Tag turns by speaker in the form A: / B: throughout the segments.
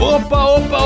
A: Opa, opa,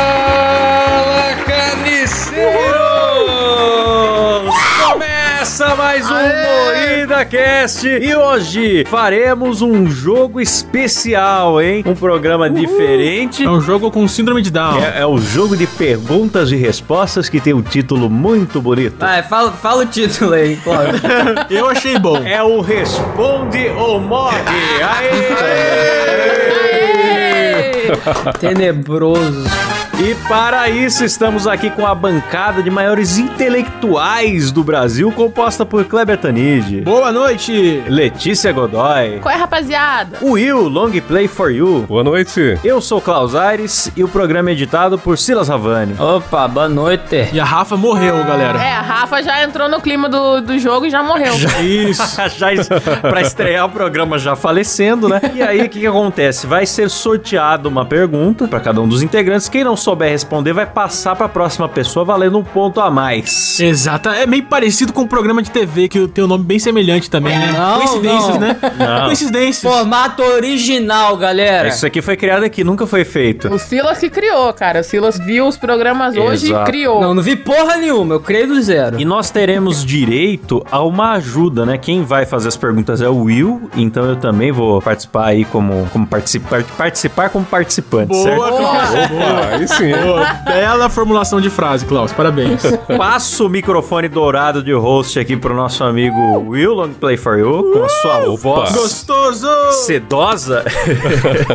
A: Fala, carniceiros! Começa mais um Moída Cast e hoje faremos um jogo especial, hein? Um programa diferente.
B: É um jogo com síndrome de Down.
A: É, é o jogo de perguntas e respostas que tem um título muito bonito.
C: Vai, fala, fala o título aí, Cláudio.
B: Ah, Eu achei bom.
A: É o Responde ou Morre. Aê!
C: Tenebroso.
A: E para isso estamos aqui com a bancada de maiores intelectuais do Brasil, composta por Kleber Tanid,
B: Boa noite.
A: Letícia Godoy,
D: Qual é, rapaziada?
A: Will Long Play for You.
E: Boa noite.
A: Eu sou Klaus Aires e o programa é editado por Silas Havani.
C: Opa, boa noite.
B: E a Rafa morreu, galera.
D: É, a Rafa já entrou no clima do, do jogo e já morreu.
B: Isso.
A: já es- pra estrear o programa já falecendo, né? E aí, o que, que acontece? Vai ser sorteado uma pergunta pra cada um dos integrantes. Quem não souber responder vai passar pra próxima pessoa valendo um ponto a mais.
B: Exato. É meio parecido com um programa de TV que tem um nome bem semelhante também, né?
C: Não,
B: Coincidências,
C: não.
B: né?
A: Não.
B: Coincidências.
C: Formato original, galera.
A: Isso aqui foi criado aqui, nunca foi feito.
D: O Silas que criou, cara. O Silas viu os programas hoje
A: Exato.
D: e criou.
C: Não, não vi porra nenhuma, eu creio do zero.
A: E nós teremos direito a uma ajuda, né? Quem vai fazer as perguntas é o Will, então eu também vou participar aí como, como participar, participar como participante, certo?
B: Cláudio. Boa.
E: Aí sim.
B: Boa. Bela formulação de frase, Klaus. Parabéns.
A: Passo o microfone dourado de host aqui pro nosso amigo Will Long Play for You, com a sua voz
B: Gostoso.
A: sedosa.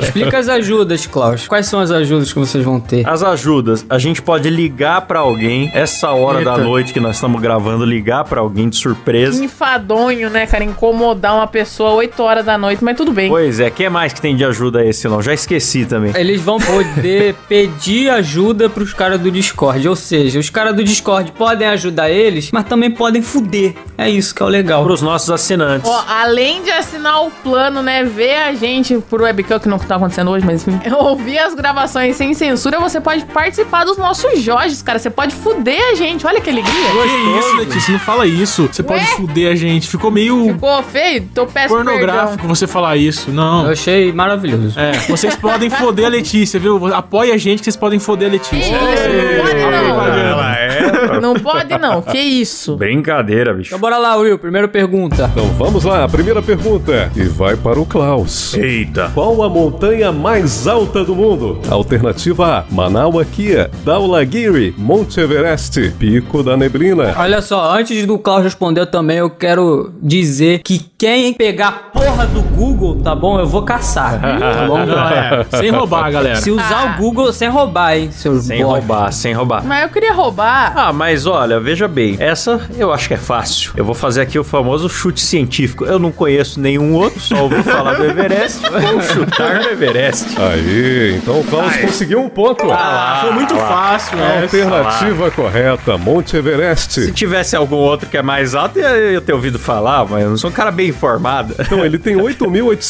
C: Explica as ajudas, Klaus. Quais são as ajudas que vocês vão ter?
A: As ajudas, a gente pode ligar pra alguém essa hora da
B: Eita.
A: noite que nós estamos gravando, ligar pra alguém de surpresa.
D: Enfadonho, né, cara? Incomodar uma pessoa 8 horas da noite, mas tudo bem.
A: Pois é, que mais que tem de ajuda aí, Silão? Já esqueci também.
C: Eles vão poder pedir ajuda pros caras do Discord. Ou seja, os caras do Discord podem ajudar eles, mas também podem fuder. É isso que é o legal.
A: Pros nossos assinantes.
D: Ó, além de assinar o plano, né, ver a gente por webcam, que não tá acontecendo hoje, mas enfim, ouvir as gravações sem censura, você pode participar dos nossos Jorges, cara. Você pode fuder a gente. Olha que alegria.
B: Que isso, Letícia? Não fala isso. Você pode fuder a gente. Ficou meio
D: Ficou feio? Então peço perdão.
B: pornográfico você falar isso.
C: Eu
B: Não.
C: achei maravilhoso.
B: É, vocês podem foder a Letícia, viu? Apoia a gente que vocês podem foder a Letícia.
D: Isso, não pode
A: Ela é
D: não. Não pode não. Que isso.
A: Brincadeira, bicho.
C: Então bora lá, Will. Primeira pergunta.
E: Então vamos lá, a primeira pergunta. E vai para o Klaus.
A: Eita.
E: Qual a montanha mais alta do mundo? Alternativa A: Manauaquia, Daulagiri, Monte Everest, Pico da Neblina.
C: Olha só, antes do Klaus responder também, eu quero dizer que quem pegar a porra do Google, tá bom? Eu vou caçar, tá
B: Não,
C: bom?
B: é. Sem roubar, galera.
C: Se usar o Google sem roubar, hein, seus
A: Sem
C: bosta.
A: roubar, sem roubar.
D: Mas eu queria roubar.
A: Ah, mas olha, veja bem, essa eu acho que é fácil. Eu vou fazer aqui o famoso chute científico. Eu não conheço nenhum outro, só ouvi falar do Everest. Vou chutar no Everest.
E: Aí, então o Klaus conseguiu um ponto.
B: Ah, Foi muito fácil,
E: A
B: né?
E: alternativa correta: Monte
A: é, tá Se
E: Everest.
A: tivesse algum outro que é mais alto, eu ia ter ouvido falar, mas eu não sou um cara bem informado.
E: Então, ele tem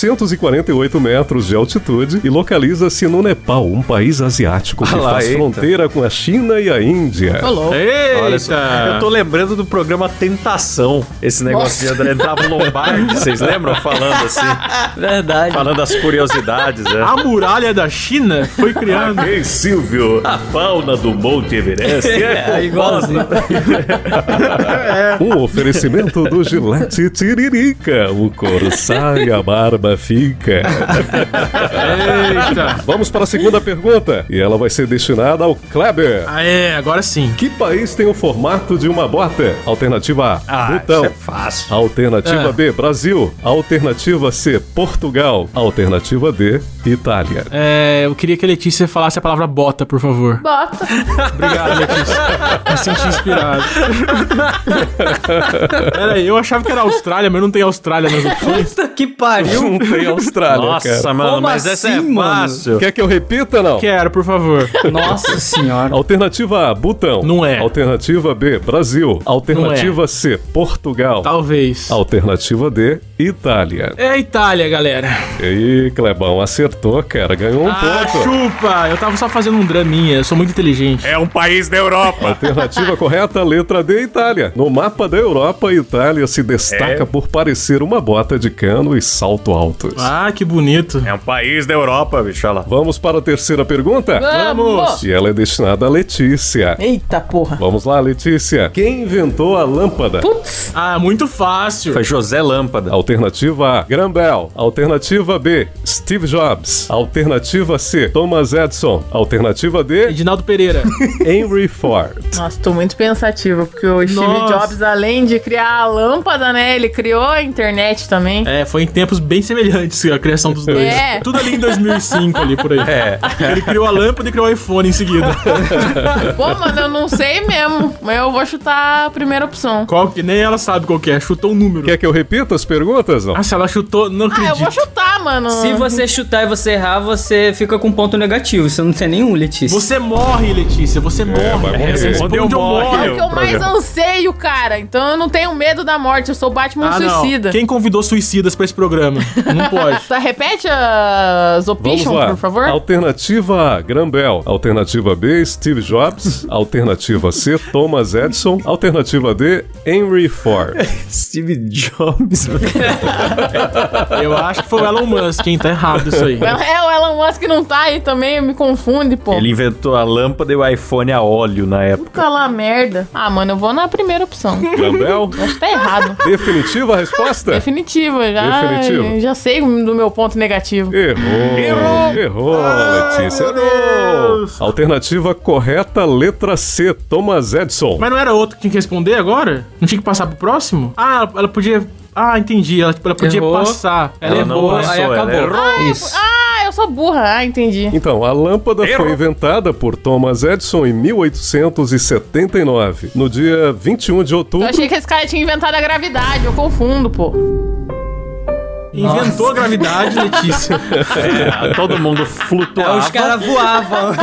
E: 8.848 metros de altitude e localiza-se no Nepal, um país asiático que
A: Ah lá,
E: faz
A: eita. Tá
E: fronteira com a China e a Índia.
D: Tô louco.
B: Ei,
F: Olha só.
A: Eu tô lembrando do programa Tentação. Esse negócio de entrava o Lombardi, vocês lembram? Falando assim,
C: Verdade.
A: falando as curiosidades, né?
B: A muralha da China foi criando.
E: Ei, Silvio, a fauna do Monte Everest.
C: É, igualzinho.
E: Um oferecimento do Gillette Tiririca, o couro sai, a barba fica.
B: Eita.
E: Vamos para a segunda pergunta, e ela vai ser destinada ao Kleber.
B: Aê, agora sim.
E: Que país tem o formato de uma bota? Alternativa A, Butão.
A: isso é fácil.
E: Alternativa
B: É.
E: B, Brasil. Alternativa C, Portugal. Alternativa D, Itália.
B: É, eu queria que a Letícia falasse a palavra bota, por favor.
D: Bota.
B: Obrigado, Letícia. Me senti inspirado. Peraí, eu achava que era Austrália, mas não tem Austrália nas opções.
C: Puta que pariu.
E: Não tem Austrália,
A: Nossa,
E: cara.
A: mano,
C: Como
A: mas essa
C: assim,
A: é
C: mano?
A: fácil.
E: Quer que eu repita, não?
B: Quero, por favor.
C: Nossa senhora.
E: Alternativa A, Butão.
B: Não é.
E: Alternativa B, Brasil. Alternativa C, Portugal.
B: Tá. Talvez.
E: Alternativa D, Itália.
B: É a Itália, galera.
E: E aí, Clebão, acertou, cara. Ganhou um
B: Ah,
E: ponto.
B: chupa! Eu tava só fazendo um draminha, eu sou muito inteligente.
A: É um país da Europa.
E: Alternativa correta, letra D, Itália. No mapa da Europa, a Itália se destaca
B: É.
E: por parecer uma bota de cano e salto altos.
B: Ah, que bonito.
A: É um país da Europa, bicho, olha lá.
E: Vamos para a terceira pergunta?
D: Vamos!
E: E ela é destinada a Letícia.
D: Eita porra.
E: Vamos lá, Letícia. Quem inventou a lâmpada?
D: Putz.
B: Ah, muito fácil.
A: Foi José Lâmpada.
E: Alternativa A, Graham Bell. Alternativa B, Steve Jobs. Alternativa C, Thomas Edison. Alternativa D,
B: Edinaldo Pereira.
E: Henry Ford.
D: Nossa, tô muito pensativa, porque o Steve
B: Nossa.
D: Jobs, além de criar a lâmpada, né, ele criou a internet também.
B: É, foi em tempos bem semelhantes a criação dos dois.
D: É.
B: Tudo ali em 2005, ali por aí. É. Ele criou a lâmpada e criou o iPhone em seguida.
D: Pô, mano, eu não sei mesmo, mas eu vou chutar a primeira opção.
B: Qual que nem ela sabe qual que é, chutou um número.
E: Quer que eu repita as perguntas? Não?
B: Nossa, ela chutou, não
D: Ah, eu
B: acredito.
D: vou chutar, mano.
C: Se você chutar e você errar, você fica com ponto negativo. Você não tem nenhum, Letícia.
B: Você morre, Letícia, você morre.
E: vai morrer.
B: Você responde, eu
A: Respondeu, morre.
D: É o
B: morro.
D: que eu mais
A: programa.
D: anseio, cara. Então eu não tenho medo da morte, eu sou Batman
B: Ah, não.
D: suicida.
B: Quem convidou suicidas pra esse programa? Não pode.
D: Tá, repete as
E: Vamos
D: options,
E: lá.
D: um, por favor.
E: Alternativa A, Graham Bell. Alternativa B, Steve Jobs. Alternativa C, Thomas Edison. Alternativa D, Henry Ford.
A: Steve Jobs.
B: Eu acho que foi o Elon Musk, hein? Tá errado isso aí.
D: É, o Elon Musk não tá aí também, me confunde, pô.
A: Ele inventou a lâmpada e o iPhone a óleo na época.
D: Fica lá, merda. Ah, mano, eu vou na primeira opção.
E: Graham Bell.
D: Tá errado.
E: Definitiva a resposta?
D: Definitiva, já,
E: Definitivo.
D: já sei do meu ponto negativo.
E: Errou! Errou,
D: Ah,
E: Letícia. Errou! Alternativa correta, letra C, Thomas Edison.
B: Mas não era outro que tinha que responder agora? Não tinha que passar pro próximo? Ah, ela podia. Ah, entendi. Ela, ela podia
C: Errou.
B: passar. Ela,
A: Ela não
B: errou.
A: passou.
C: Aí
A: ela
C: acabou. Isso.
D: Ah, eu sou burra. Ah, entendi.
E: Então, a lâmpada foi inventada por Thomas Edison em 1879, no dia 21 de
D: Eu
E: outubro.
D: achei que esse cara tinha inventado a gravidade, eu confundo, pô.
B: Inventou a gravidade, Letícia.
A: É, todo mundo
C: É,
A: flutuava.
C: os caras voavam.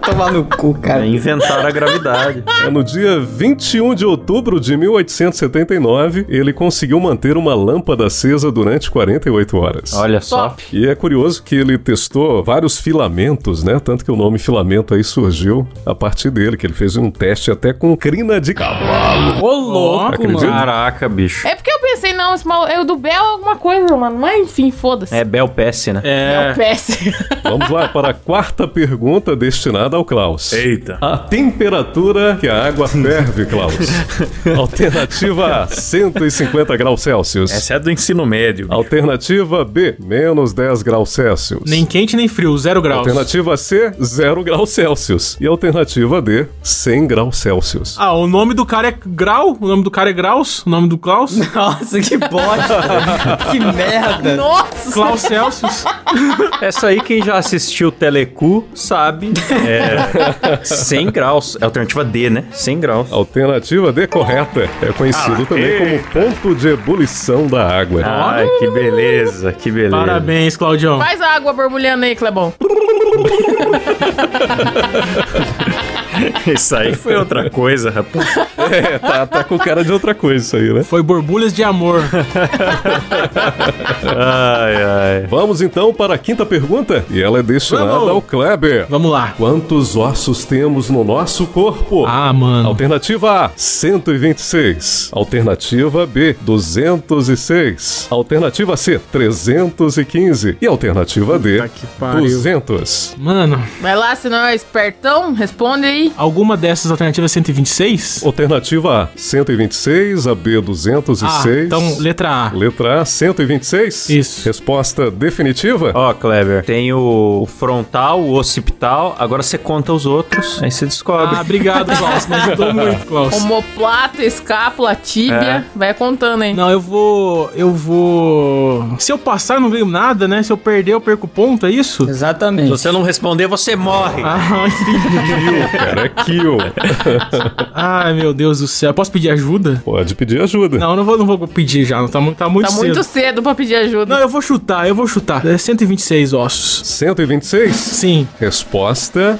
C: Tomar no cu, cara.
A: É, Inventaram a gravidade.
E: É, No dia 21 de outubro de 1879, ele conseguiu manter uma lâmpada acesa durante 48 horas.
A: Olha só.
E: E é curioso que ele testou vários filamentos, né? Tanto que o nome filamento aí surgiu a partir dele, que ele fez um teste até com crina de cavalo.
C: Ô, louco,
E: Acredito.
C: mano.
A: Caraca, bicho.
D: É porque eu pensei, não, esse mal... eu do Bel é alguma coisa, mano. Mas enfim, foda-se.
A: É Bel Pesce, né?
B: É.
D: Péssimo.
E: Vamos lá para a quarta pergunta destinada ao Klaus.
A: Eita.
E: A temperatura que a água ferve, Klaus. Alternativa A, 150 graus Celsius.
A: Essa é do ensino médio.
E: Alternativa B, menos 10 graus Celsius.
B: Nem quente nem frio, zero graus.
E: Alternativa C, 0 graus Celsius. E alternativa D, 100 graus Celsius.
B: Ah, o nome do cara é Grau? O nome do cara é Graus? O nome do Klaus?
C: Nossa, que bosta. que merda.
D: Nossa,
B: Klaus Celsius?
A: Essa aí, quem já assistiu Telecu sabe. É 100 graus. É alternativa D, né? 100 graus.
E: Alternativa D correta. É conhecido
A: Ah,
E: também
A: eita.
E: como ponto de ebulição da água.
A: Ai, que beleza, que beleza.
B: Parabéns, Claudião.
D: faz a água borbulhando aí, Clebão.
A: Isso aí foi outra coisa, rapaz.
E: É, tá, tá com cara de outra coisa isso aí, né?
B: Foi borbulhas de amor.
A: Ai, ai.
E: Vamos então para a quinta pergunta. E ela é destinada
B: Vamos.
E: ao Kleber.
B: Vamos lá.
E: Quantos ossos temos no nosso corpo?
B: Ah, mano.
E: Alternativa A, 126. Alternativa B, 206. Alternativa C, 315. E alternativa D,
G: Puta que pariu.
E: 200.
B: Mano,
D: Vai lá, se não é espertão, responde aí.
B: alguma dessas alternativas é 126?
E: Alternativa A, 126. A B, 206.
B: Ah, então letra A.
E: Letra A, 126.
B: Isso.
E: Resposta definitiva?
A: Ó, Kleber, tem o, o frontal, o occipital, agora você conta os outros, aí você descobre.
B: Ah, obrigado, Klaus. Me ajudou muito, Klaus.
D: Homoplata, escápula, tíbia. Vai contando, hein?
B: Não, eu vou. Eu vou. Se eu passar, eu não ganho nada, né? Se eu perder, eu perco ponto, é isso?
A: Se
C: Exatamente.
A: você não responder, você morre.
B: Ah, entendi.
E: Cara, é kill.
B: Ai, meu Deus do céu. Posso pedir ajuda?
E: Pode pedir ajuda.
B: Não, eu não vou, não vou pedir já. Não, tá, mu- tá muito
D: tá
B: cedo.
D: muito cedo pra pedir ajuda.
B: Não, eu vou chutar, eu vou chutar. É 126 ossos.
E: 126?
B: Sim.
E: Resposta.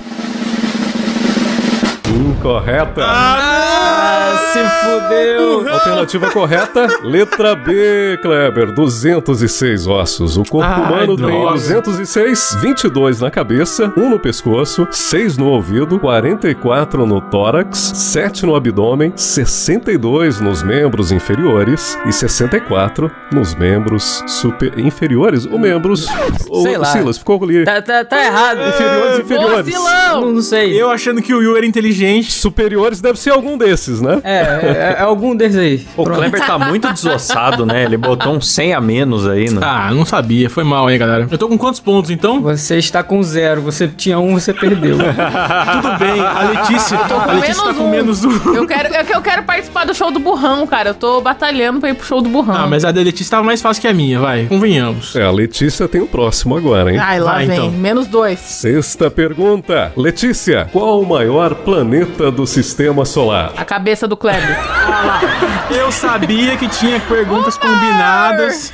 E: Incorreta.
C: Ah, se fudeu.
E: Alternativa correta, letra B, Kleber. 206 ossos. O corpo
B: Ai,
E: humano tem
B: droga.
E: 206, 22 na cabeça, 1 no pescoço, 6 no ouvido, 44 no tórax, 7 no abdômen, 62 nos membros inferiores e 64 nos membros super inferiores. Ou membros.
C: Sei
E: ou,
C: lá.
E: Silas, ficou ali.
C: Tá, tá, tá errado.
E: Inferiores, inferiores.
C: Não, não sei.
B: É. Eu achando que o Yu era inteligente.
E: Superiores deve ser algum desses, né?
C: É, é, é algum desses aí.
A: O Kleber tá muito desossado, né? Ele botou um 100 a menos aí, né?
B: Ah, não sabia. Foi mal, hein, galera. Eu tô com quantos pontos, então?
C: Você está com zero. Você tinha um, você perdeu.
B: Tudo bem. A Letícia, a Letícia tá
D: menos
B: com
D: um.
B: menos um.
D: Eu quero, é eu, eu quero participar do show do burrão, cara. Eu tô batalhando pra ir pro show do burrão.
B: Ah, mas a da Letícia tava mais fácil que a minha, vai. Convenhamos.
E: É, a Letícia tem o próximo agora, hein?
D: Ai, lá
B: Vai,
D: vem.
B: então.
D: Menos dois.
E: Sexta pergunta. Letícia, qual o maior planeta do sistema solar?
D: A cabeça do Kleber.
B: Eu sabia que tinha perguntas combinadas.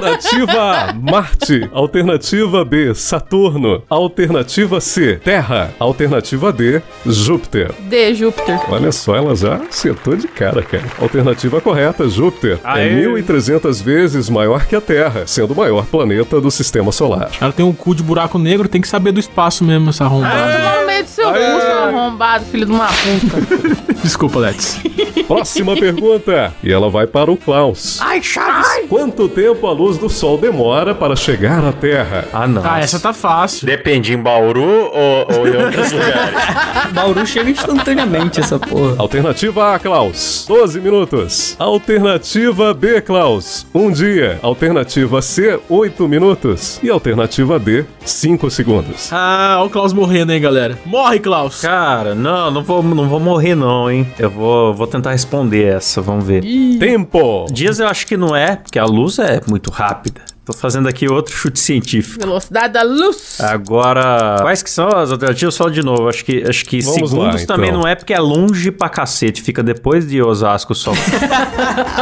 E: Alternativa A, Marte. Alternativa B, Saturno. Alternativa C, Terra. Alternativa D, Júpiter.
D: D, Júpiter.
E: Olha só, ela já acertou de cara, cara. Alternativa correta, Júpiter. É 1.300 vezes maior que a Terra, sendo o maior planeta do sistema solar.
B: Ela tem um cu de buraco negro, tem que saber do espaço mesmo, essa arrombada.
D: Toma no meio do seu cu, seu arrombado, filho de uma puta.
B: Desculpa, Letícia.
E: Próxima pergunta. E ela vai para o Klaus.
A: Ai, Chaves!
E: Quanto tempo a luz do Sol demora para chegar à Terra?
A: Ah, não.
B: Ah, essa tá fácil.
H: Depende em Bauru ou, ou em outros lugares.
C: Bauru chega instantaneamente essa porra.
E: Alternativa A, Klaus, 12 minutos. Alternativa B, Klaus, 1 dia. Alternativa C, 8 minutos. E alternativa D, 5 segundos.
B: Ah, olha o Klaus morrendo aí, galera. Morre, Klaus.
A: Cara, não, não vou, não vou morrer não, hein? Eu vou, vou tentar responder essa, vamos ver.
E: Tempo!
A: Dias eu acho que não é, porque a luz é muito rápida. Tô fazendo aqui outro chute científico.
D: Velocidade da luz.
A: Agora, quais que são as alternativas? Só de novo, acho que, acho que
E: Vamos lá,
A: segundos também
E: então.
A: não é, porque é longe pra cacete. Fica depois de Osasco só.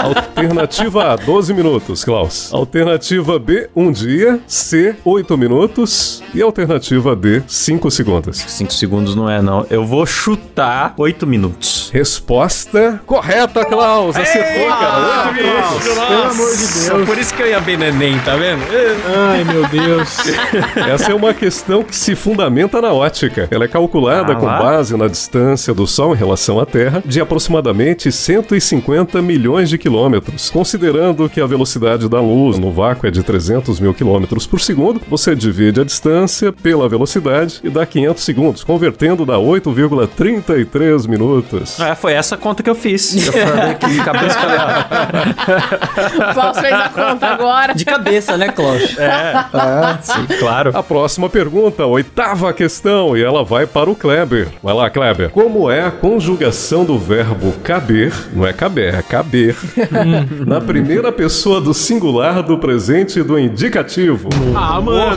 E: Alternativa A, 12 minutos, Klaus. Alternativa B, 1 dia. C, 8 minutos. E alternativa D, 5 segundos.
A: 5 segundos não é, não. Eu vou chutar 8 minutos.
E: Resposta correta, Klaus. Acertou, cara. Oito minutos.
A: Pelo amor de Deus. Por isso que eu ia bem neném, tá vendo?
B: Ai, meu Deus.
E: Essa é uma questão que se fundamenta na ótica. Ela é calculada
A: Ah,
E: com
A: lá.
E: base na distância do Sol em relação à Terra de aproximadamente 150 milhões de quilômetros. Considerando que a velocidade da luz no vácuo é de 300 mil quilômetros por segundo, você divide a distância pela velocidade e dá 500 segundos, convertendo dá 8,33 minutos.
A: É, foi essa a conta que eu fiz. Eu falei aqui de cabeça pra baixo.
D: O Klaus fez a conta agora.
C: De cabeça, né, Klaus?
B: É.
A: Claro.
E: A próxima pergunta, oitava questão, e ela vai para o Kleber. Vai lá, Kleber. Como é a conjugação do verbo caber? Não é caber, é caber.
B: Hum.
E: na primeira pessoa do singular do presente e do indicativo.
B: Ah, mano.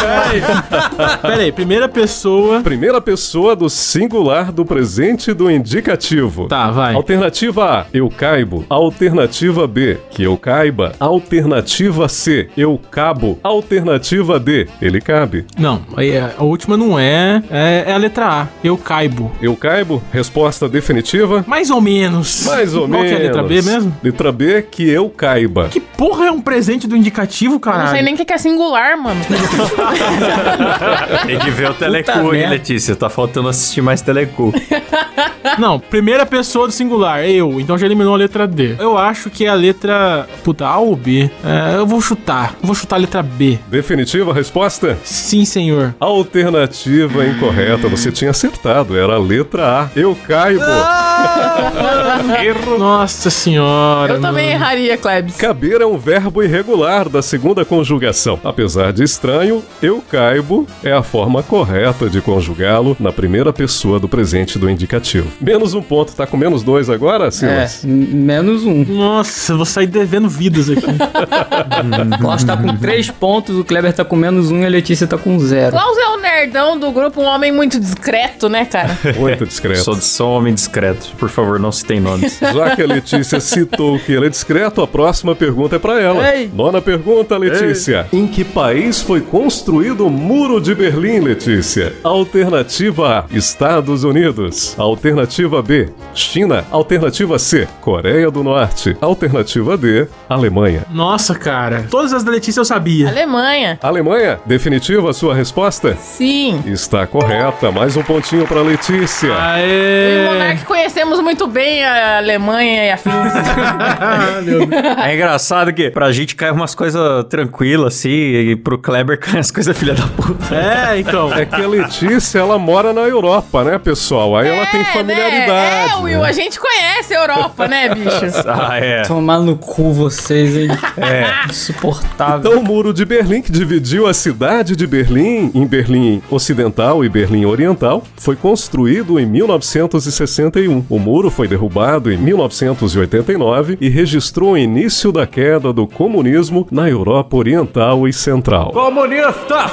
B: Peraí. Peraí, primeira pessoa.
E: Primeira pessoa do singular do presente e do indicativo.
B: Tá, vai.
E: Alternativa A, eu caibo. Alternativa B, que eu caiba. Alternativa C. Eu cabo. Alternativa D. Ele cabe.
B: Não, aí é- a última não é, é. é a letra A. Eu caibo.
E: Eu caibo? Resposta definitiva?
B: Mais ou menos.
E: Mais ou
B: Qual
E: menos.
B: que é a letra B mesmo?
E: Letra B, que eu caiba.
G: Que porra é um presente do indicativo,
D: Eu não sei
G: caralho?
D: nem o que que é singular, mano.
A: Tem que ver o Telecu, hein,
C: merda.
A: Letícia? Tá faltando assistir mais Telecu.
B: Não, primeira pessoa do singular, eu. Então já eliminou a letra D. Eu acho que é a letra. Puta, A ou B? É, eu vou chutar. Eu vou chutar a letra B.
E: Definitiva resposta?
B: Sim, senhor.
E: Alternativa incorreta. Você tinha acertado. Era a letra A. Eu caibo. Erro.
B: Nossa senhora.
D: Eu também
B: mano.
D: erraria, Klebs.
E: Caber é um verbo irregular da segunda conjugação. Apesar de estranho, eu caibo é a forma correta de conjugá-lo na primeira pessoa do presente do indicativo. Menos um ponto, tá com menos dois agora,
C: É,
E: Silas?
C: m- menos um.
B: Hum. Nossa, eu vou sair devendo vidas aqui.
C: O Klaus tá com três pontos, o Kleber tá com menos um e a Letícia tá com zero.
D: Klaus é o nerdão do grupo, um homem muito discreto, né, cara?
E: Muito discreto.
A: Sou, sou um homem discreto. Por favor, não citem nomes.
E: Já que a Letícia citou que ela é discreto, a próxima pergunta é pra ela.
C: Ei.
E: Nona pergunta, Letícia. Em que país foi construído o Muro de Berlim, Letícia? Alternativa A, Estados Unidos. Alternativa B, China. Alternativa C, Coreia do Norte. Alternativa D, Alemanha.
B: Nossa, cara.
G: Todas as da Letícia eu sabia.
D: Alemanha.
E: Alemanha, definitiva a sua resposta?
D: Sim.
E: Está correta. Mais um pontinho pra Letícia.
D: Eu e o
B: Aê!
D: Monark Um conhecemos muito bem a Alemanha e a França.
A: É engraçado que pra gente cai umas coisas tranquilas, assim, e pro Kleber cai as coisas filha da puta.
G: É, então.
E: É que a Letícia, ela mora na Europa, né, pessoal? Aí
C: É,
E: ela tem familiaridade.
D: É, Né? É, Will,
E: né?
D: a gente conhece a Europa, né, bicho?
A: Ah, é.
C: Tomar no cu vocês, hein? É. Insuportável.
E: Então, o Muro de Berlim, que dividiu a cidade de Berlim em Berlim Ocidental e Berlim Oriental, foi construído em 1961. O muro foi derrubado em 1989 e registrou o início da queda do comunismo na Europa Oriental e Central.
A: Comunista!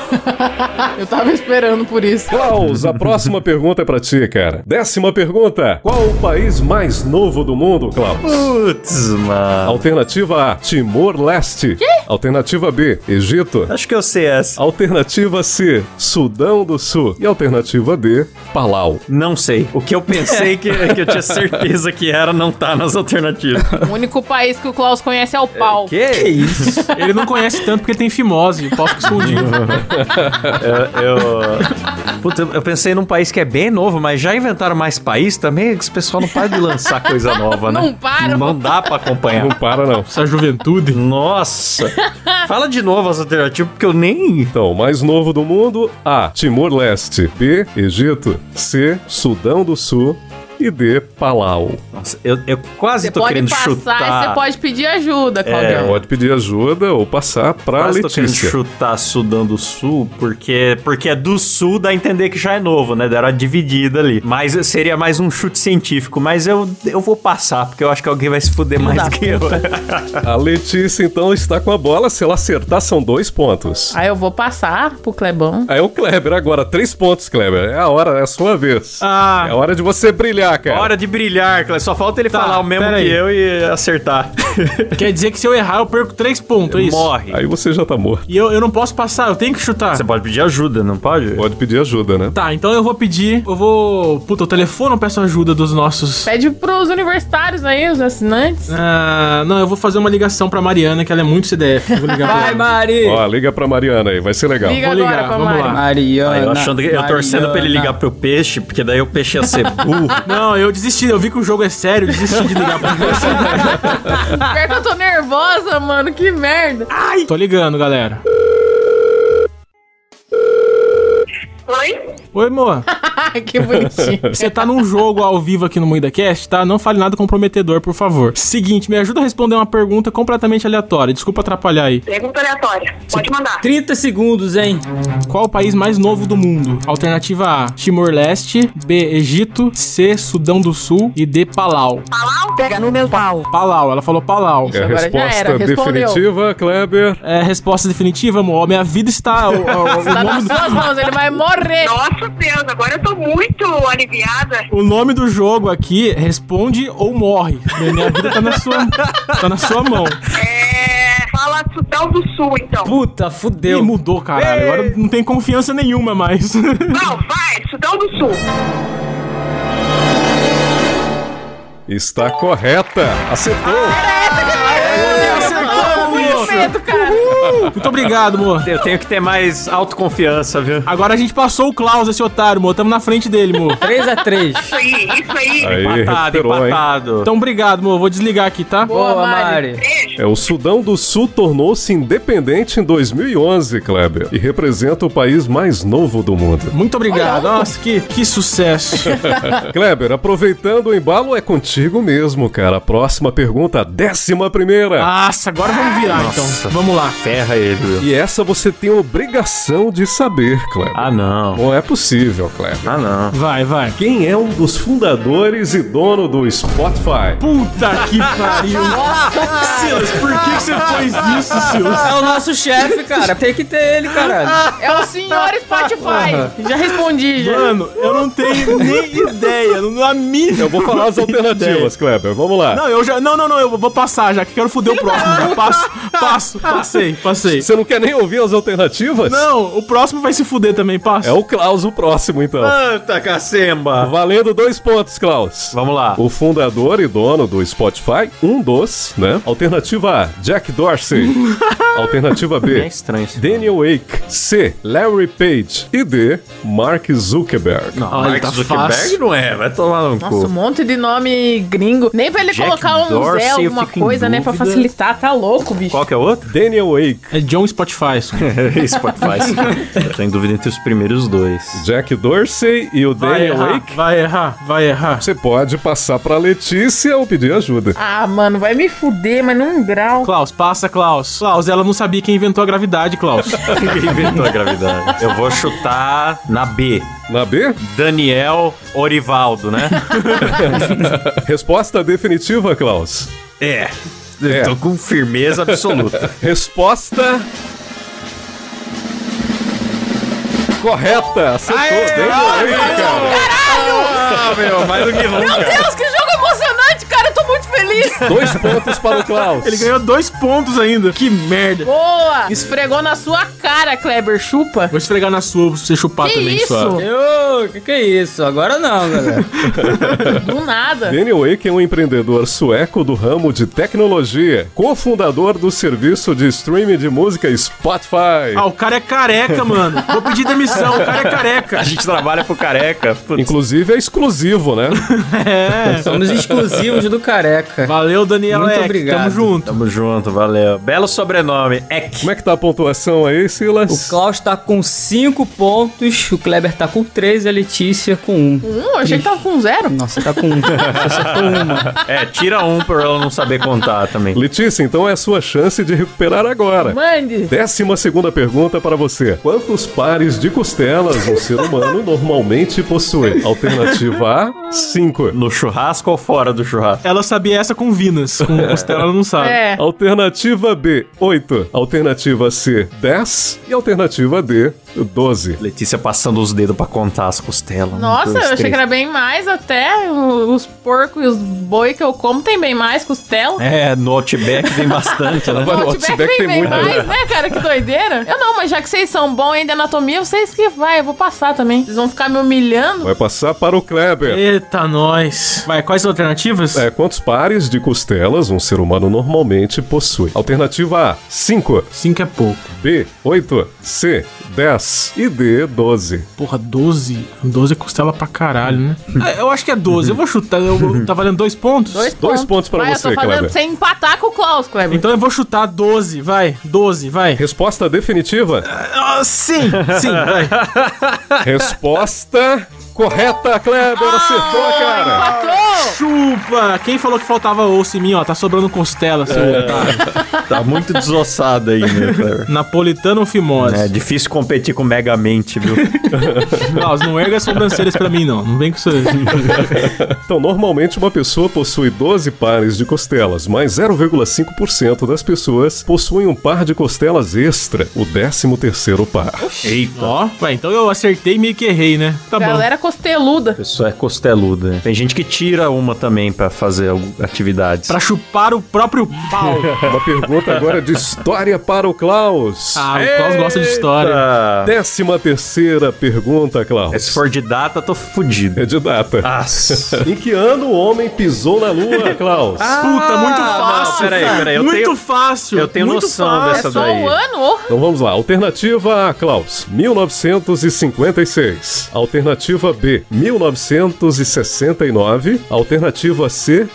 D: Eu tava esperando por isso.
E: Klaus, a próxima pergunta é pra ti, cara. Décima pergunta. Qual o país mais novo do mundo, Klaus?
A: Putz, mano.
E: Alternativa A, Timor-Leste. Alternativa B, Egito.
A: Acho que eu sei essa.
E: Alternativa C, Sudão do Sul. E alternativa D, Palau.
A: Não sei. O que eu pensei que, que eu tinha certeza que era não tá nas alternativas.
D: O único país que o Klaus conhece é o pau.
A: que isso?
B: Ele não conhece tanto porque ele tem fimose. O pau fica escondido.
A: Eu. Puta, eu pensei num país que é bem novo, mas já inventaram mais país também? Esse pessoal não para de lançar coisa nova, né?
D: Não param.
A: Não dá pra
E: Não
A: acompanhar.
E: para, não.
B: Essa juventude.
A: Nossa! Fala de novo as alternativas, porque eu nem.
E: Então, o mais novo do mundo, A, Timor-Leste. B, Egito. C, Sudão do Sul. E D, Palau.
A: Nossa, eu, eu quase
D: Você
A: tô
D: pode
A: tá querendo
D: passar
A: chutar.
D: e você pode pedir ajuda,
E: É,
D: Claudio.
E: pode pedir ajuda ou passar pra
A: Quase tô querendo
E: Letícia.
A: chutar Sudão do Sul, porque, porque é do Sul, dá a entender que já é novo, né? Deram a dividida ali. Mas seria mais um chute científico, mas eu, eu vou passar, porque eu acho que alguém vai se fuder mais do que eu.
E: A Letícia, então, está com a bola. Se ela acertar, são dois pontos.
D: Aí eu vou passar pro Clebão.
E: Aí é o Kleber agora, três pontos, Kleber. É a hora, é a sua vez.
B: Ah.
E: É a hora de você brilhar, cara.
A: Hora de brilhar, Clé. Só falta ele
B: Tá,
A: falar o mesmo que
B: pera aí.
A: eu e acertar.
B: Quer dizer que se eu errar, eu perco três pontos, é isso?
A: Morre.
E: Aí você já tá morto.
B: E eu, eu não posso passar, eu tenho que chutar.
A: Você pode pedir ajuda, não pode?
E: Pode pedir ajuda, né?
B: Tá, então eu vou pedir. Eu vou. Puta, eu telefono ou peço ajuda dos nossos.
D: Pede pros universitários aí, os assinantes.
B: Ah, não, eu vou fazer uma ligação pra Mariana, que ela é muito CDF. Eu Vou ligar pra
C: Vai,
B: ela.
C: Mari!
E: Ó, liga pra Mariana aí, vai ser legal.
D: Liga
B: vou
D: agora
B: ligar,
D: pra
B: vamos
D: Mari.
B: lá.
C: Mariana.
A: Ah, eu achando que eu torcendo pra ele
C: Mariana.
A: ligar pro peixe, porque daí o peixe ia ser burro.
B: Não, eu desisti, eu vi que o jogo é sério, eu desisti de ligar pra ela.
D: Pior que eu tô nervosa, mano. Que merda.
B: Tô ligando, galera.
I: Oi?
B: Oi, amor.
D: Ai, que bonitinho.
B: Você tá num jogo ao vivo aqui no MuidaCast, tá? Não fale nada comprometedor, por favor. Seguinte, me ajuda a responder uma pergunta completamente aleatória. Desculpa atrapalhar aí.
I: Pergunta aleatória. Pode mandar.
C: 30 segundos, hein?
B: Qual o país mais novo do mundo? Alternativa A: Timor-Leste, B: Egito, C: Sudão do Sul e D: Palau.
I: Palau? Pega no meu pau.
B: Palau, ela falou Palau.
E: É
D: Agora
E: a
D: já
E: resposta
D: era, respondeu.
E: definitiva, Kleber.
B: É resposta definitiva, amor. Minha vida está. O, o- o nome
D: Tá nas
B: do,
D: suas mãos, ele vai morrer.
I: Nossa Deus, agora eu tô muito aliviada.
B: o nome do jogo aqui responde ou morre. Minha vida tá na sua, tá na sua mão.
I: É. Fala falar do Sudão do Sul, então.
C: Puta, fudeu.
B: Ih, mudou, caralho.
C: Ei.
B: Agora não tem confiança nenhuma mais.
I: Não, vai, Sudão do Sul.
E: Está correta. Acertou.
D: Medo, cara.
B: Uh! Muito obrigado, amor.
A: Eu tenho que ter mais autoconfiança, viu?
B: Agora a gente passou o Klaus, esse otário, amor. Tamo na frente dele, amor.
C: 3x3.
I: Isso aí, isso aí.
E: Aí,
A: Empatado,
E: recuperou, hein?
A: empatado.
B: Então, obrigado, amor. Vou desligar aqui, tá?
C: Boa,
D: Boa, Mari.
C: Mari.
I: Beijo.
E: É, o Sudão do Sul tornou-se independente em 2011, Kleber, e representa o país mais novo do mundo.
B: Muito obrigado. Nossa, que, que sucesso.
E: Kleber, aproveitando o embalo, é contigo mesmo, cara. A próxima pergunta, a décima primeira.
D: Ah.
B: Nossa, agora vamos virar,
A: Nossa.
B: então. Vamos lá.
A: Ferra ele, viu?
E: E essa você tem obrigação de saber, Kleber.
A: Ah, não.
E: Não é possível, Kleber.
A: Ah, não.
B: Vai, vai.
E: Quem é um dos fundadores e dono do Spotify?
B: Puta que pariu. Silas, por que que você fez isso, Silas?
C: É o nosso chefe, cara. Tem que ter ele, caralho.
D: É o senhor Spotify. Já respondi, já.
B: Mano, eu não tenho nem ideia. Não a mínima.
E: Eu vou falar as alternativas, Kleber. Vamos lá.
B: Não, eu já. Não, não, não, eu vou passar já, que quero foder o próximo. Já passo, passo, passei, passei.
E: Você não quer nem ouvir as alternativas?
B: Não, o próximo vai se fuder também, passo.
E: É o Klaus o próximo, então.
A: Anta cacemba.
E: Valendo dois pontos, Klaus.
A: Vamos lá.
E: O fundador e dono do Spotify, um dos, né? Alternativa A, Jack Dorsey. Alternativa
A: É
E: B,
A: estranho isso.
E: Daniel Wake. C, Larry Page. E D, Mark Zuckerberg.
A: Não,
B: Olha,
A: Mark
B: tá
A: Zuckerberg
B: fácil.
A: não é, vai tomar no
D: Nossa, um
A: cu.
D: monte de nome gringo. Nem pra ele
A: Jack
D: colocar um
A: Dorsey,
D: Zé,
A: eu
D: alguma
A: fico em
D: coisa, né? Pra
A: dúvida.
D: facilitar, tá louco, bicho.
A: Qual que é o outro?
E: Daniel Wake,
B: É John Spotify. isso.
A: Spotify. Eu tô em dúvida entre os primeiros dois.
E: Jack Dorsey e o
B: Vai
E: Daniel
B: errar,
E: Wake.
B: vai errar, vai errar.
E: Você pode passar pra Letícia ou pedir ajuda.
D: Ah, mano, vai me fuder, mas num grau.
B: Klaus, passa, Klaus. Klaus, ela não sabia quem inventou a gravidade, Klaus.
A: Quem inventou a gravidade? Eu vou chutar na B.
E: Na B?
A: Daniel Orivaldo, né?
E: Resposta definitiva, Klaus.
A: É.
E: É.
A: Tô com firmeza absoluta.
E: Resposta. Correta! Acertou! Daniel Wake, cara.
A: Ah, meu, mais do que nunca.
B: tá
D: Deus, que jogo emocionante, cara. Eu tô muito feliz.
E: Dois pontos para o Klaus.
B: Ele ganhou É dois pontos ainda. Que merda.
D: Boa! Esfregou na sua cara, Kleber. Chupa.
B: Vou esfregar na sua pra você chupar
D: Que
B: também,
D: isso?
B: sua.
C: Ô, que que é isso? Agora não, galera.
D: Do nada.
E: Daniel Wake é um empreendedor sueco do ramo de tecnologia, cofundador do serviço de streaming de música Spotify.
B: Ah, o cara é careca, mano. Vou pedir demissão, o cara é careca.
A: A gente trabalha pro careca. Putz.
E: Inclusive é exclusivo, né?
C: Somos exclusivos do Careca.
B: Valeu, Daniel.
C: Muito
B: Eck,
C: obrigado.
B: Tamo junto.
A: Tamo junto, valeu. Belo sobrenome, Ek.
E: Como é que tá a pontuação aí,
C: O
E: Silas?
C: Klaus tá com 5 pontos, o Kleber tá com 3 e a Letícia com 1. Um.
D: Hum, eu achei que tava com zero.
C: Nossa, tá com 1. Um.
A: É, tira um pra ela não saber contar também.
E: Letícia, então é a sua chance de recuperar agora.
D: Mande.
E: Décima segunda pergunta para você. Quantos pares de costelas um ser humano normalmente possui? Alternativa A, 5.
A: No churrasco ou fora do churrasco?
B: Ela sabia essa com Vinas. Com Costela, ela não
A: Tá.
B: sabe.
D: É.
A: Um,
E: Alternativa B, 8. Alternativa C, 10. E alternativa D, 12.
A: Letícia passando os dedos pra contar as costelas. Um,
D: Nossa,
A: dois,
D: eu achei
A: três.
D: que era bem mais até. O- Os porcos e os boi que eu como tem bem mais costela.
A: É, no Outback tem bastante, né?
E: Vai no Outback, tem
D: tem bem
E: muito, né?
D: mais, né, cara? Que doideira. Eu não, mas já que vocês são bons ainda em anatomia, vocês que vai, eu vou passar também. Vocês vão ficar me humilhando.
E: Vai passar para o Kleber.
B: Eita, nós. Vai, quais as alternativas?
E: É, quantos pares de costelas um ser humano normalmente possui? Alternativa A, 5.
B: Cinco é pouco.
E: B, 8. C, 10. E D, 12.
B: Porra, 12. 12 é costela pra caralho, né? É, eu acho que é 12. Eu vou chutar. Eu, tá valendo dois pontos?
D: Dois,
E: Dois pontos pra
D: vai,
E: você,
D: eu tô fazendo
E: Kleber.
D: pra você empatar com o Klaus, Kleber.
B: Então eu vou chutar 12, vai. 12, vai.
E: Resposta definitiva?
B: Ah, sim, sim, vai.
E: Resposta correta, Kleber. Acertou, cara.
D: Empatou!
B: Chupa! Quem falou que faltava osso em mim, ó? Tá sobrando
A: É.
B: costela, seu otário.
A: Tá muito desossado aí, né, Cleber?
B: Napolitano fimose.
A: É difícil competir com Megamente, viu?
B: Klaus, não erga as sobrancelhas pra mim, não. Não vem com isso.
E: Então, normalmente uma pessoa possui 12 pares de costelas, mas 0,5% das pessoas possuem um par de costelas extra, o 13 terceiro par.
A: Eita.
B: Ó, ué, então eu acertei e meio que errei, né? Tá bom.
D: Galera costeluda.
A: Pessoa é costeluda. Tem gente que tira tira uma também pra fazer algu- atividades.
B: Pra chupar o próprio pau.
E: Uma pergunta agora de história para o Klaus.
B: Ah, o Klaus gosta de história.
A: Ah,
E: Décima terceira pergunta,
A: se
E: Klaus.
A: for Ah. de data, tô fudido.
E: É de data.
A: Nossa.
E: Em que ano o homem pisou na lua, Klaus?
B: Puta, muito fácil.
A: peraí,
B: cara.
A: peraí, eu
B: muito
A: tenho-
B: fácil.
A: Ah, eu tenho
B: muito
A: noção
B: fácil.
D: É
A: Essa
D: só
A: daí.
D: um ano? oh.
E: Então vamos lá. Alternativa A, Klaus, 1956. Alternativa B, 1969. Alternativa C,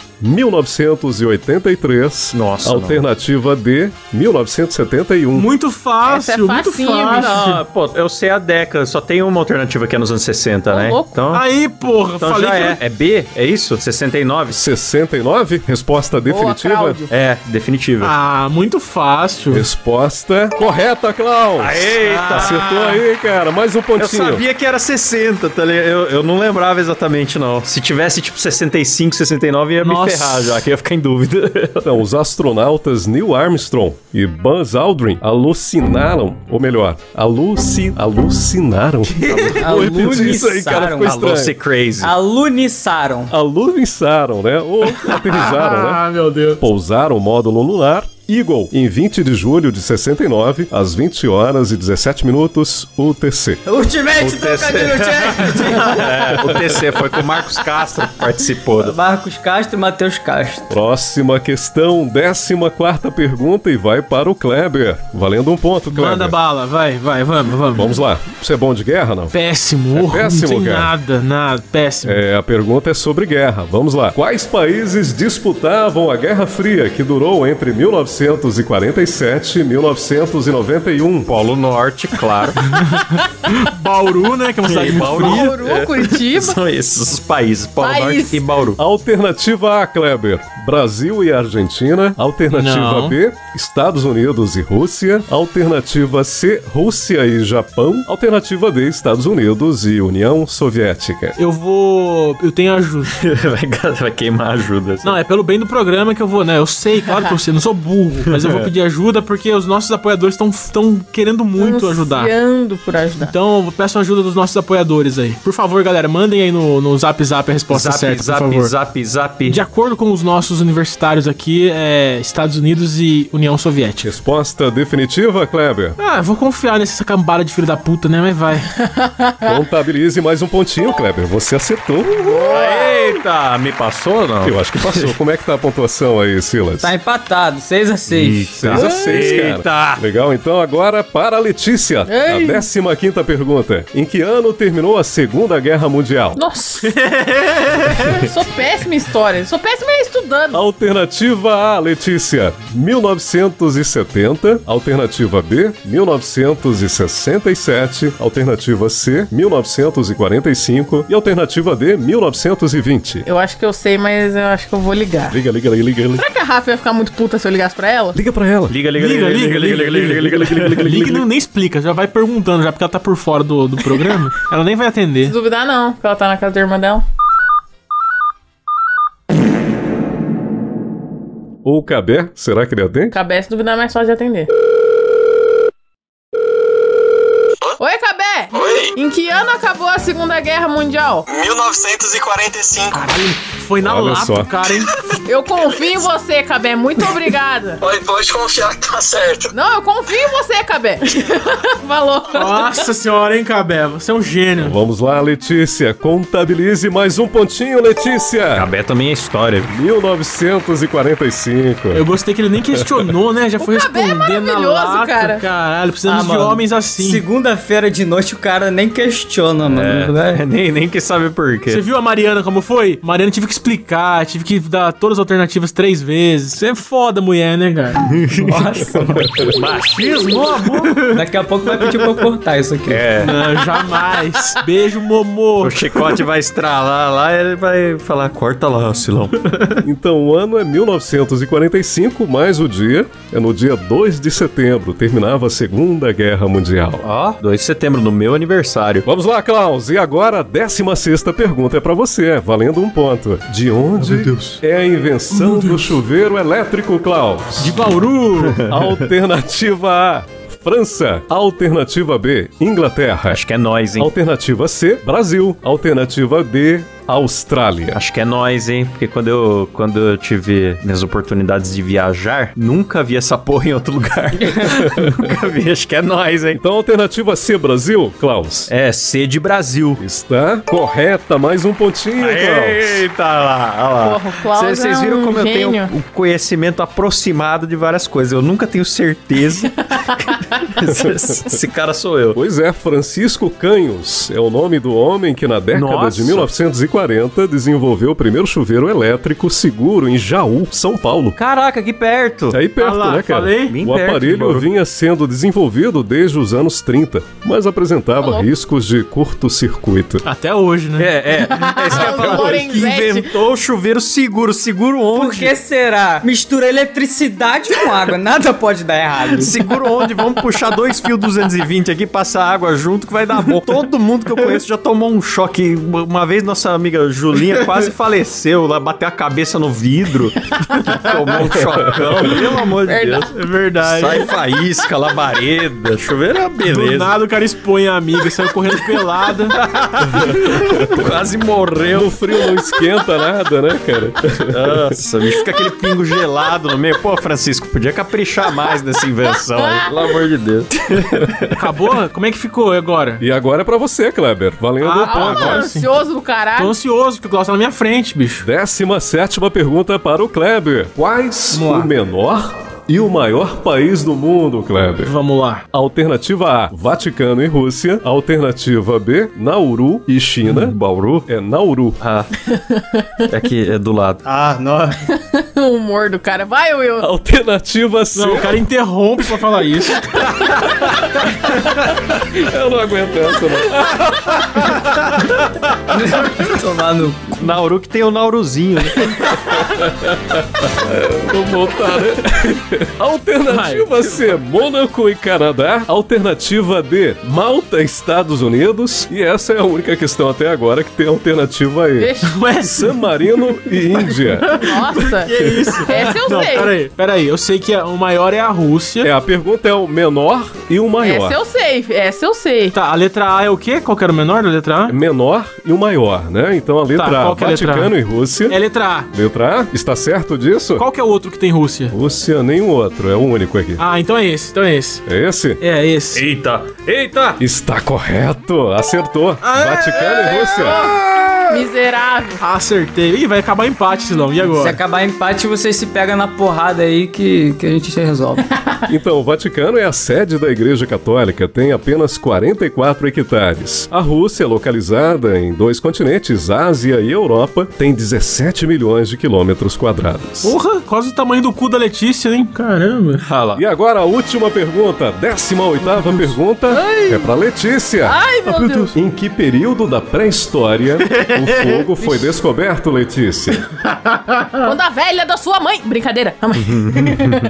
E: 1983.
A: Nossa, não.
E: Alternativa D, 1971.
B: Muito
D: Essa é
B: fácil, muito
D: facinho,
B: fácil.
A: Não, Ah, pô, eu sei a década, só tem uma alternativa que é nos anos 60, né?
D: louco.
A: Então,
B: Aí, porra,
A: então
B: Ah, falei
A: já
B: que
A: é. É B? É isso? 69?
E: 69? Resposta definitiva?
D: Cláudio.
A: É, definitiva.
B: Ah, muito fácil.
E: Resposta correta, Klaus!
A: Eita!
E: Acertou aí, cara. Mais um pontinho.
A: Eu sabia que era 60, tá ligado? Eu, eu não lembrava exatamente, não. Se tivesse, tipo, 65, 69, ia me
B: Nossa.
A: ferrar já, que eu ia ficar em dúvida.
E: Então, os astronautas Neil Armstrong e Buzz Aldrin alucinaram, ou melhor, aluci... alucinaram. Vou repetir isso aí, cara,
C: Aluniçaram.
E: ficou estranho.
A: Alô, se crazy.
C: Aluniçaram.
E: Aluvinçaram, né? Ou aterrissaram, né?
B: Ah, meu Deus.
E: Pousaram o módulo lunar Eagle em 20 de julho de 69, às 20 horas e 17 minutos, UTC.
C: Ultimate trocadilho
A: É, o TC foi com o Marcos Castro que participou.
C: chefe. Marcos Castro e Matheus Castro.
E: Próxima questão, 14 quarta pergunta e vai para o Kleber. Valendo um ponto, Kleber.
B: Manda bala, vai, vai, vamos, vamos.
E: Vamos lá. Você é bom de guerra, não?
B: Péssimo,
E: É péssimo,
B: não tem
E: cara.
B: nada, nada, péssimo.
E: É, a pergunta é sobre guerra. Vamos lá. Quais países disputavam a Guerra Fria que durou entre 1947 e 1991?
A: Polo Norte, claro.
B: Bauru, né, que é uma cidade muito
A: Tá Bauru.
B: fria.
D: Bauru,
E: é.
D: Curitiba.
A: É, São esses os países. Polo
D: País.
A: Norte e Bauru.
E: Alternativa A, Kleber. Brasil e Argentina. Alternativa
B: Não.
E: B, Estados Unidos e Rússia. Alternativa C, Rússia e Japão. Alternativa D, Estados Unidos e União Soviética.
B: Eu vou... Eu tenho ajuda.
A: vai, vai queimar ajuda.
B: Não, é pelo bem do programa que eu vou, né? Eu sei, claro que eu sei, não sou burro, mas eu vou pedir ajuda porque os nossos apoiadores estão querendo muito ajudar.
D: Ansiando por ajudar.
B: Então, eu peço a ajuda dos nossos apoiadores aí. Por favor, galera, mandem aí no, no Zap Zap a resposta
A: zap,
B: certa,
A: zap,
B: por favor.
A: zap, zap,
B: De acordo com os nossos universitários aqui, é Estados Unidos e União Soviética.
E: Resposta definitiva, Kleber.
B: Ah, eu vou confiar nessa cambada de filho da puta, né? Mas vai.
E: Contabilize mais um pontinho, Kleber. Você acertou.
A: Eita, me passou não?
E: Eu acho que passou. Como é que tá a pontuação aí, Silas?
C: Tá empatado, 6 a 6
E: 6 a 6, cara.
A: Eita!
E: Legal, então agora para a Letícia. A 15 pergunta. Em que ano terminou a Segunda Guerra Mundial?
D: Nossa. sou péssima em história. Sou péssima estudando.
E: Alternativa A, Letícia, 1970. Alternativa B, 1967. Alternativa C, 1945. E alternativa D, 1920.
D: Eu acho que eu sei, mas eu acho que eu vou ligar.
E: Liga, liga, liga, liga, liga.
D: Será que a Rafa ia ficar muito puta se eu ligasse pra ela?
E: Liga pra ela.
A: Liga, liga, liga, liga, liga, liga, liga, liga, liga, liga, liga,
B: Liga e não- nem explica, já vai perguntando, já porque ela tá por fora do, do programa. ela nem vai
D: Se
B: atender.
D: duvidar, não, porque ela tá na casa da irmã dela.
E: Ou o Cabé, será que ele atende?
D: Cabé, se duvidar, é mais fácil de atender. Oi, Cabé!
J: Oi,
D: Em que ano acabou a Segunda Guerra Mundial?
J: 1945.
B: Foi na
E: Olha
B: lata,
E: só.
B: cara, hein?
D: Eu confio em você, Cabé. Muito obrigada.
J: Oi, pode confiar que tá certo.
D: Não, eu confio em você, Cabé. Falou.
B: Nossa senhora, hein, Cabé? Você é um gênio.
E: Vamos lá, Letícia. Contabilize mais um pontinho, Letícia.
A: Cabé também é história.
E: 1945.
B: Eu gostei que ele nem questionou, né? Já foi
D: Cabé é
B: responder na
D: maravilhoso,
B: lata,
D: cara.
B: Caralho, precisamos
C: Ah,
B: de
C: mano.
B: homens assim.
C: Segunda-feira de noite o cara nem questiona, mano.
A: É,
C: né?
A: nem, nem que sabe por
B: Você
A: quê.
B: viu a Mariana como foi? Mariana tive que explicar, tive que dar todas as alternativas três vezes. Você é foda, mulher, né, cara?
C: Nossa, mano.
A: Machismo?
C: Daqui a pouco vai pedir pra eu cortar isso aqui.
A: É.
B: Não, jamais. Beijo, Momô.
A: O chicote vai estralar lá e ele vai falar, corta lá, Silão.
E: Então o ano é 1945, mais o dia é no dia 2 de setembro, terminava a Segunda Guerra Mundial.
A: Ó, 2 de setembro, no meu aniversário.
E: Vamos lá, Klaus, e agora a 16 pergunta é pra você, valendo um ponto. De onde é a invenção do chuveiro elétrico, Klaus?
B: De Bauru.
E: Alternativa A, França. Alternativa B, Inglaterra.
A: Acho que é nós, hein?
E: Alternativa C, Brasil. Alternativa D, Austrália.
A: Acho que é nós, hein? Porque quando eu, quando eu tive minhas oportunidades de viajar, nunca vi essa porra em outro lugar. nunca vi, acho que é nós, hein?
E: Então, alternativa C, Brasil, Klaus.
A: É, C de Brasil.
E: Está correta, mais um pontinho, Klaus.
A: Eita tá lá, olha lá.
D: Porra, o Klaus
A: Vocês
D: é
A: viram
D: um
A: como eu
D: gênio.
A: tenho o conhecimento aproximado de várias coisas. Eu nunca tenho certeza. Esse- Esse cara sou eu.
E: Pois é, Francisco Canhos é o nome do homem que na década
A: Nossa.
E: de 1940 desenvolveu o primeiro chuveiro elétrico seguro em Jaú, São Paulo.
A: Caraca, que perto.
E: Aí perto,
G: Ah lá,
E: né, cara?
G: falei?
A: Bem
E: o
A: perto de
E: aparelho
A: Bauru.
E: vinha sendo desenvolvido desde os anos 30, mas apresentava
D: Alô?
E: riscos de curto-circuito.
G: Até hoje, né?
A: É, é. É isso que eu ia falar.
D: Ah, o
A: Que
D: Lorenzetti.
A: inventou o chuveiro seguro. Seguro
C: Por
A: onde?
C: que será? Mistura eletricidade com água, nada pode dar errado.
A: Seguro onde? Vamos puxar dois fios 220 aqui, passar água junto que vai dar bom. Todo mundo que eu conheço já tomou um choque. Uma uma vez nossa amiga Julinha quase faleceu, lá bateu a cabeça no vidro, tomou um chocão. Pelo amor de Deus.
G: É verdade.
A: Sai faísca, labareda, chuveiro é uma
G: Do
A: beleza.
G: nada o cara expõe a amiga, saiu correndo pelada.
A: Quase morreu.
E: No frio não esquenta nada, né, cara?
A: Nossa, bicho, fica aquele pingo gelado no meio. Pô, Francisco, podia caprichar mais nessa invenção aí. Pelo amor de Deus.
G: Acabou? Como é que ficou agora?
E: E agora é pra você, Kleber. Valendo o
D: Ah,
E: ponto.
D: tô ansioso do
G: Tô
D: caralho.
G: ansioso, porque o Klaus tá na minha frente, bicho.
E: Décima sétima pergunta para o Kleber. Quais
C: Vamos lá.
E: o menor e o maior país do mundo, Kleber?
G: Vamos lá.
E: Alternativa A, Vaticano e Rússia. Alternativa B, Nauru e China.
A: Uhum.
E: Bauru? É Nauru.
A: É que é do lado.
H: Ah, não.
D: O um humor do cara. Vai, Will.
E: Alternativa C,
G: Não, o cara interrompe pra falar isso.
E: eu não aguento essa, não.
C: Tomar no
A: Nauru que tem o Nauruzinho, né?
G: Então
E: Vou voltar, né? Alternativa C, Mônaco e Canadá. Alternativa D, Malta e Estados Unidos. E essa é a única questão até agora que tem alternativa E.
D: Deixa-
E: San Marino e Índia.
D: Nossa. que isso? Essa eu
G: Não,
D: sei.
G: peraí, peraí. Eu sei que a- o maior é a Rússia.
E: É, a pergunta é o menor e o maior.
D: Essa eu sei. Essa eu sei.
G: Tá, a letra A é o quê? Qual que era é o menor da letra A?
E: Menor e o maior, né? Então a letra
G: Tá,
E: A,
G: qual que é a letra
E: Vaticano
G: A?
E: e Rússia.
G: É a letra A.
E: Letra A, está certo disso?
G: Qual que é o outro que tem Rússia?
E: Rússia, nenhum outro, é o único aqui.
G: Ah, então é esse, então é esse.
E: É esse?
G: É esse.
A: Eita, eita!
E: Está correto, acertou. Vaticano e Rússia.
D: Miserável.
G: Ah, Acertei. Ih, vai acabar empate, Silão. E
C: Se
G: agora?
C: acabar empate, vocês se pegam na porrada aí que, que a gente se resolve.
E: Então, o Vaticano é a sede da Igreja Católica, tem apenas 44 hectares. A Rússia, localizada em dois continentes, Ásia e Europa, tem 17 milhões de quilômetros quadrados.
G: Porra, quase o tamanho do cu da Letícia, hein? Caramba.
A: Ah lá.
E: E agora a última pergunta, 18 pergunta, é pra Letícia.
D: Ai, Ah, meu Deus.
E: Em que período da pré-história o fogo foi descoberto, Letícia?
D: Quando a velha da sua mãe. Brincadeira.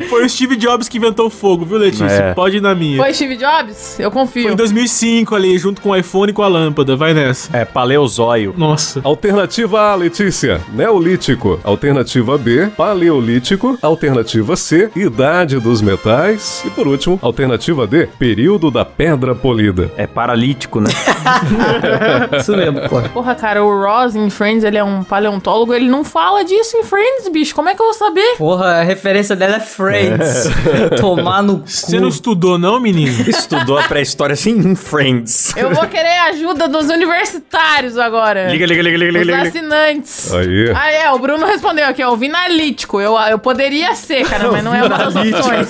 G: Foi o Steve Jobs que inventou o fogo, viu, Letícia?
A: É.
G: Pode ir na minha.
D: Foi Steve Jobs? Eu
G: Foi em
D: confio.
G: 2005 ali, junto com o iPhone e com a lâmpada. Vai nessa.
A: É paleozóio.
G: Nossa.
E: Alternativa A, Letícia, Neolítico. Alternativa B, Paleolítico. Alternativa C, Idade dos Metais. E por último, alternativa D, Período da Pedra Polida.
A: É paralítico, né?
C: Isso mesmo, pô.
D: Porra, cara, o Ross em Friends, ele é um paleontólogo, ele não fala disso em Friends, bicho. Como é que eu vou saber?
C: Porra, a referência dela é Friends.
A: É.
C: Tomar no
G: Você não
C: cu.
G: estudou, não, menino?
A: Estudou a pré-história assim em Friends.
D: Eu vou querer a ajuda dos universitários agora.
A: Liga, liga, liga, liga,
D: Os
A: liga. liga.
D: assinantes.
E: Aí.
D: Ah, é, o Bruno respondeu aqui, ó, o vinalítico. Eu, eu poderia ser, cara, mas não é uma das opções.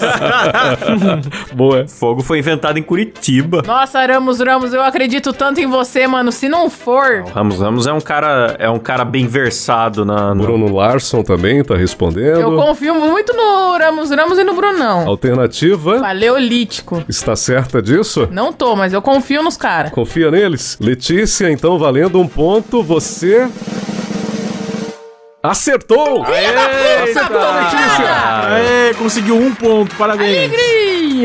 E: Boa.
A: Fogo foi inventado em Curitiba.
D: Nossa, Ramos Ramos, eu acredito tanto em você, mano. Se não for,
A: O Ramos Ramos é um cara, é um cara bem versado na. na-
E: Bruno Larson também tá
D: eu
E: respondendo.
D: confio muito no Ramos Ramos e no Brunão.
E: Alternativa,
D: Paleolítico.
E: está certa disso?
D: Não tô, mas eu confio nos caras.
E: Confia neles. Letícia, então valendo um ponto, você. Acertou! Acertou,
A: é,
E: Letícia!
G: Aê, conseguiu um ponto, parabéns.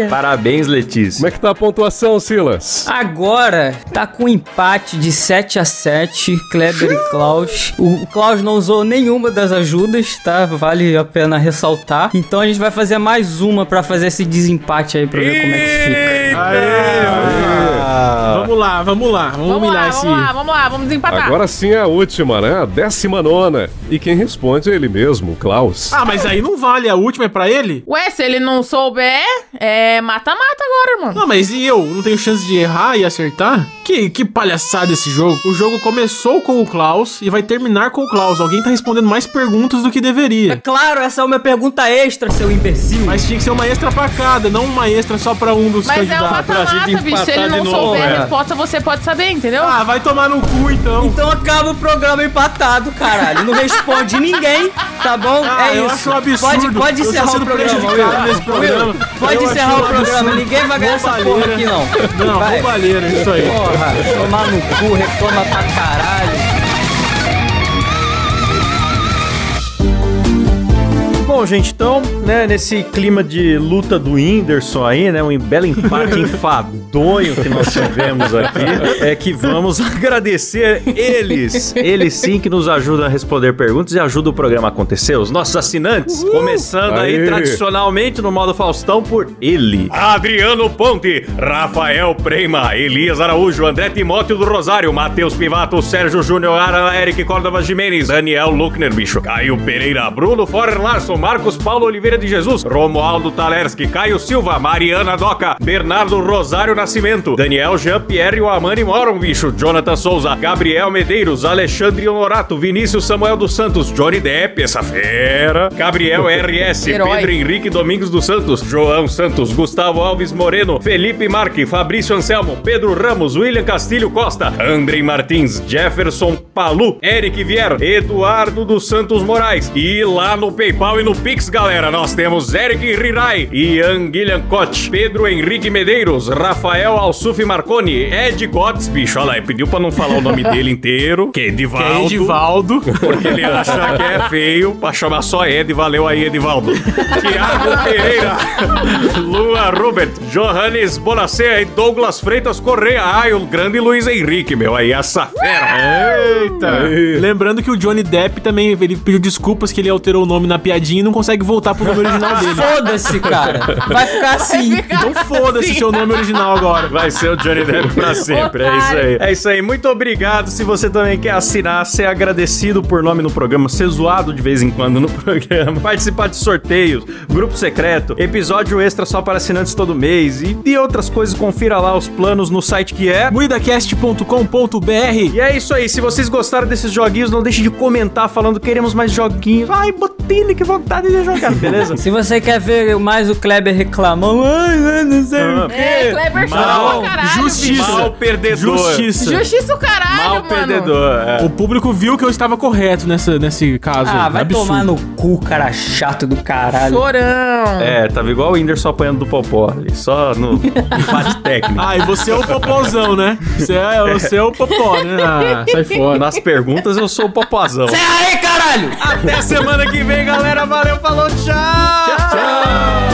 A: Parabéns, Letícia.
E: Como é que tá a pontuação, Silas?
C: Agora tá com empate de 7 a 7 Kleber e Klaus. O Klaus não usou nenhuma das ajudas, tá? Vale a pena ressaltar. Então a gente vai fazer mais uma pra fazer esse desempate aí pra ver como é que fica.
G: Aê,
A: lá.
B: Vamos lá, vamos lá. Vamos,
D: Vamos
B: humilhar
D: lá,
B: esse.
D: vamos lá, vamos lá, vamos desempatar.
E: Agora sim é a última, né? A décima nona. E quem responde é ele mesmo, o Klaus.
B: Ah, mas aí não vale. A última é pra ele?
D: Ué, se ele não souber, é mata-mata agora, mano.
B: Não, mas e eu? Não tenho chance de errar e acertar? Que, que palhaçada esse jogo. O jogo começou com o Klaus e vai terminar com o Klaus. Alguém tá respondendo mais perguntas do que deveria.
C: Claro, essa é uma pergunta extra, seu imbecil.
B: Mas tinha que ser uma extra pacada, não uma extra só pra um dos
D: Mas é o
B: candidatos.
D: mata-mata, bicho. Se ele não souber né? a resposta, você pode saber, entendeu?
B: é. Ah, vai tomar no cu então.
C: Então acaba o programa empatado, caralho. Não responde ninguém, tá bom?
B: Ah,
C: é
B: eu
C: isso.
B: acho um absurdo.
C: Pode, pode
B: Eu tô
C: encerrar
B: sendo
C: o programa.
B: prejudicado
C: Will.
B: nesse programa.
C: Will, pode
B: Eu
C: encerrar
B: acho
C: o
B: um
C: progrma.
B: absurdo.
C: Ninguém vai ganhar essa porra
B: Roubalheira.
C: aqui, não.
D: Então,
B: Não,
C: vai.
B: roubalheira, isso aí.
C: Porra, tomar no cu, retoma pra caralho.
A: Bom, gente, então, né, nesse clima de luta do Whindersson aí, né, um belo empate enfadonho que nós tivemos aqui, é que vamos agradecer eles, eles sim que nos ajudam a responder perguntas e ajudam o programa a acontecer, os nossos assinantes, começando aí
E: Aê.
A: tradicionalmente no modo Faustão por ele.
H: Adriano Ponte, Rafael Prema, Elias Araújo, André Timóteo do Rosário, Matheus Pivato, Sérgio Júnior, Ara, Eric Córdova Jimenez, Daniel Luckner, bicho, Caio Pereira, Bruno Forer Larson, Marcos Paulo Oliveira de Jesus, Romualdo Talerski, Caio Silva, Mariana Doca, Bernardo Rosário Nascimento, Daniel Jean-Pierre Amani Moron, bicho, Jonathan Souza, Gabriel Medeiros, Alexandre Honorato, Vinícius Samuel dos Santos, Johnny Depp, essa fera, Gabriel RS,
D: Herói.
H: Pedro Henrique Domingos dos Santos, João Santos, Gustavo Alves Moreno, Felipe Marque, Fabrício Anselmo, Pedro Ramos, William Castilho Costa, Andrei Martins, Jefferson Palu, Eric Vier, Eduardo dos Santos Moraes. E lá no PayPal e no Pix, galera, nós temos Eric Rirai, Ian Guilherme Cote, Pedro Henrique Medeiros, Rafael Alsuf Marconi, Ed Gotts, bicho, olha lá, ele pediu pra não falar o nome dele inteiro, que é Edivaldo.
B: É Edivaldo.
H: Porque ele acha que é feio pra chamar só Ed. Valeu aí, Edivaldo. Tiago Pereira, Lua Rubert, Johannes Bonacea e Douglas Freitas Correia. Ai, o grande Luiz Henrique, meu. Aí, essa fera.
B: Eita.
E: Aê.
B: Lembrando que o Johnny Depp também ele pediu desculpas que ele alterou o nome na piadinha e não consegue voltar pro nome original dele.
C: Foda-se, cara. Vai ficar assim.
B: Então foda-se seu nome original agora.
H: Vai ser o Johnny Depp pra sempre. É isso aí.
A: É isso aí, muito obrigado. Se você também quer assinar, ser agradecido por nome no programa, ser zoado de vez em quando no programa, participar de sorteios, grupo secreto, episódio extra só para assinantes todo mês e de outras coisas, confira lá os planos no site que é.
B: Muidacast.com.br
A: E é isso aí, se vocês gostaram desses joguinhos, não deixe de comentar falando queremos mais joguinhos. Ai, Botini, que vontade de jogar, beleza?
C: Se você quer ver mais o Kleber reclamando, ai, ai, não sei o quê.
D: É, Kleber chama pra caralho.
B: Justiça.
H: Mal perdedor.
D: bicho.
B: Justiça.
D: Justiça o caralho,
H: Mal
D: mano.
H: perdedor. é.
B: O público viu que eu estava correto nessa, nesse caso.
C: Ah, vai
B: Absurdo.
C: tomar no cu, cara chato do caralho.
D: Chorão.
A: É, tava igual o Whindersson apanhando do Popó, ali, só no empate técnico.
B: Ah, e você é o popozão, né? Você é, você é o popó, né? Ah, sai fora.
A: Nas perguntas eu sou o Popozão.
C: Sai é aí, caralho!
A: Até semana que vem, galera. Valeu, falou, tchau! Tchau!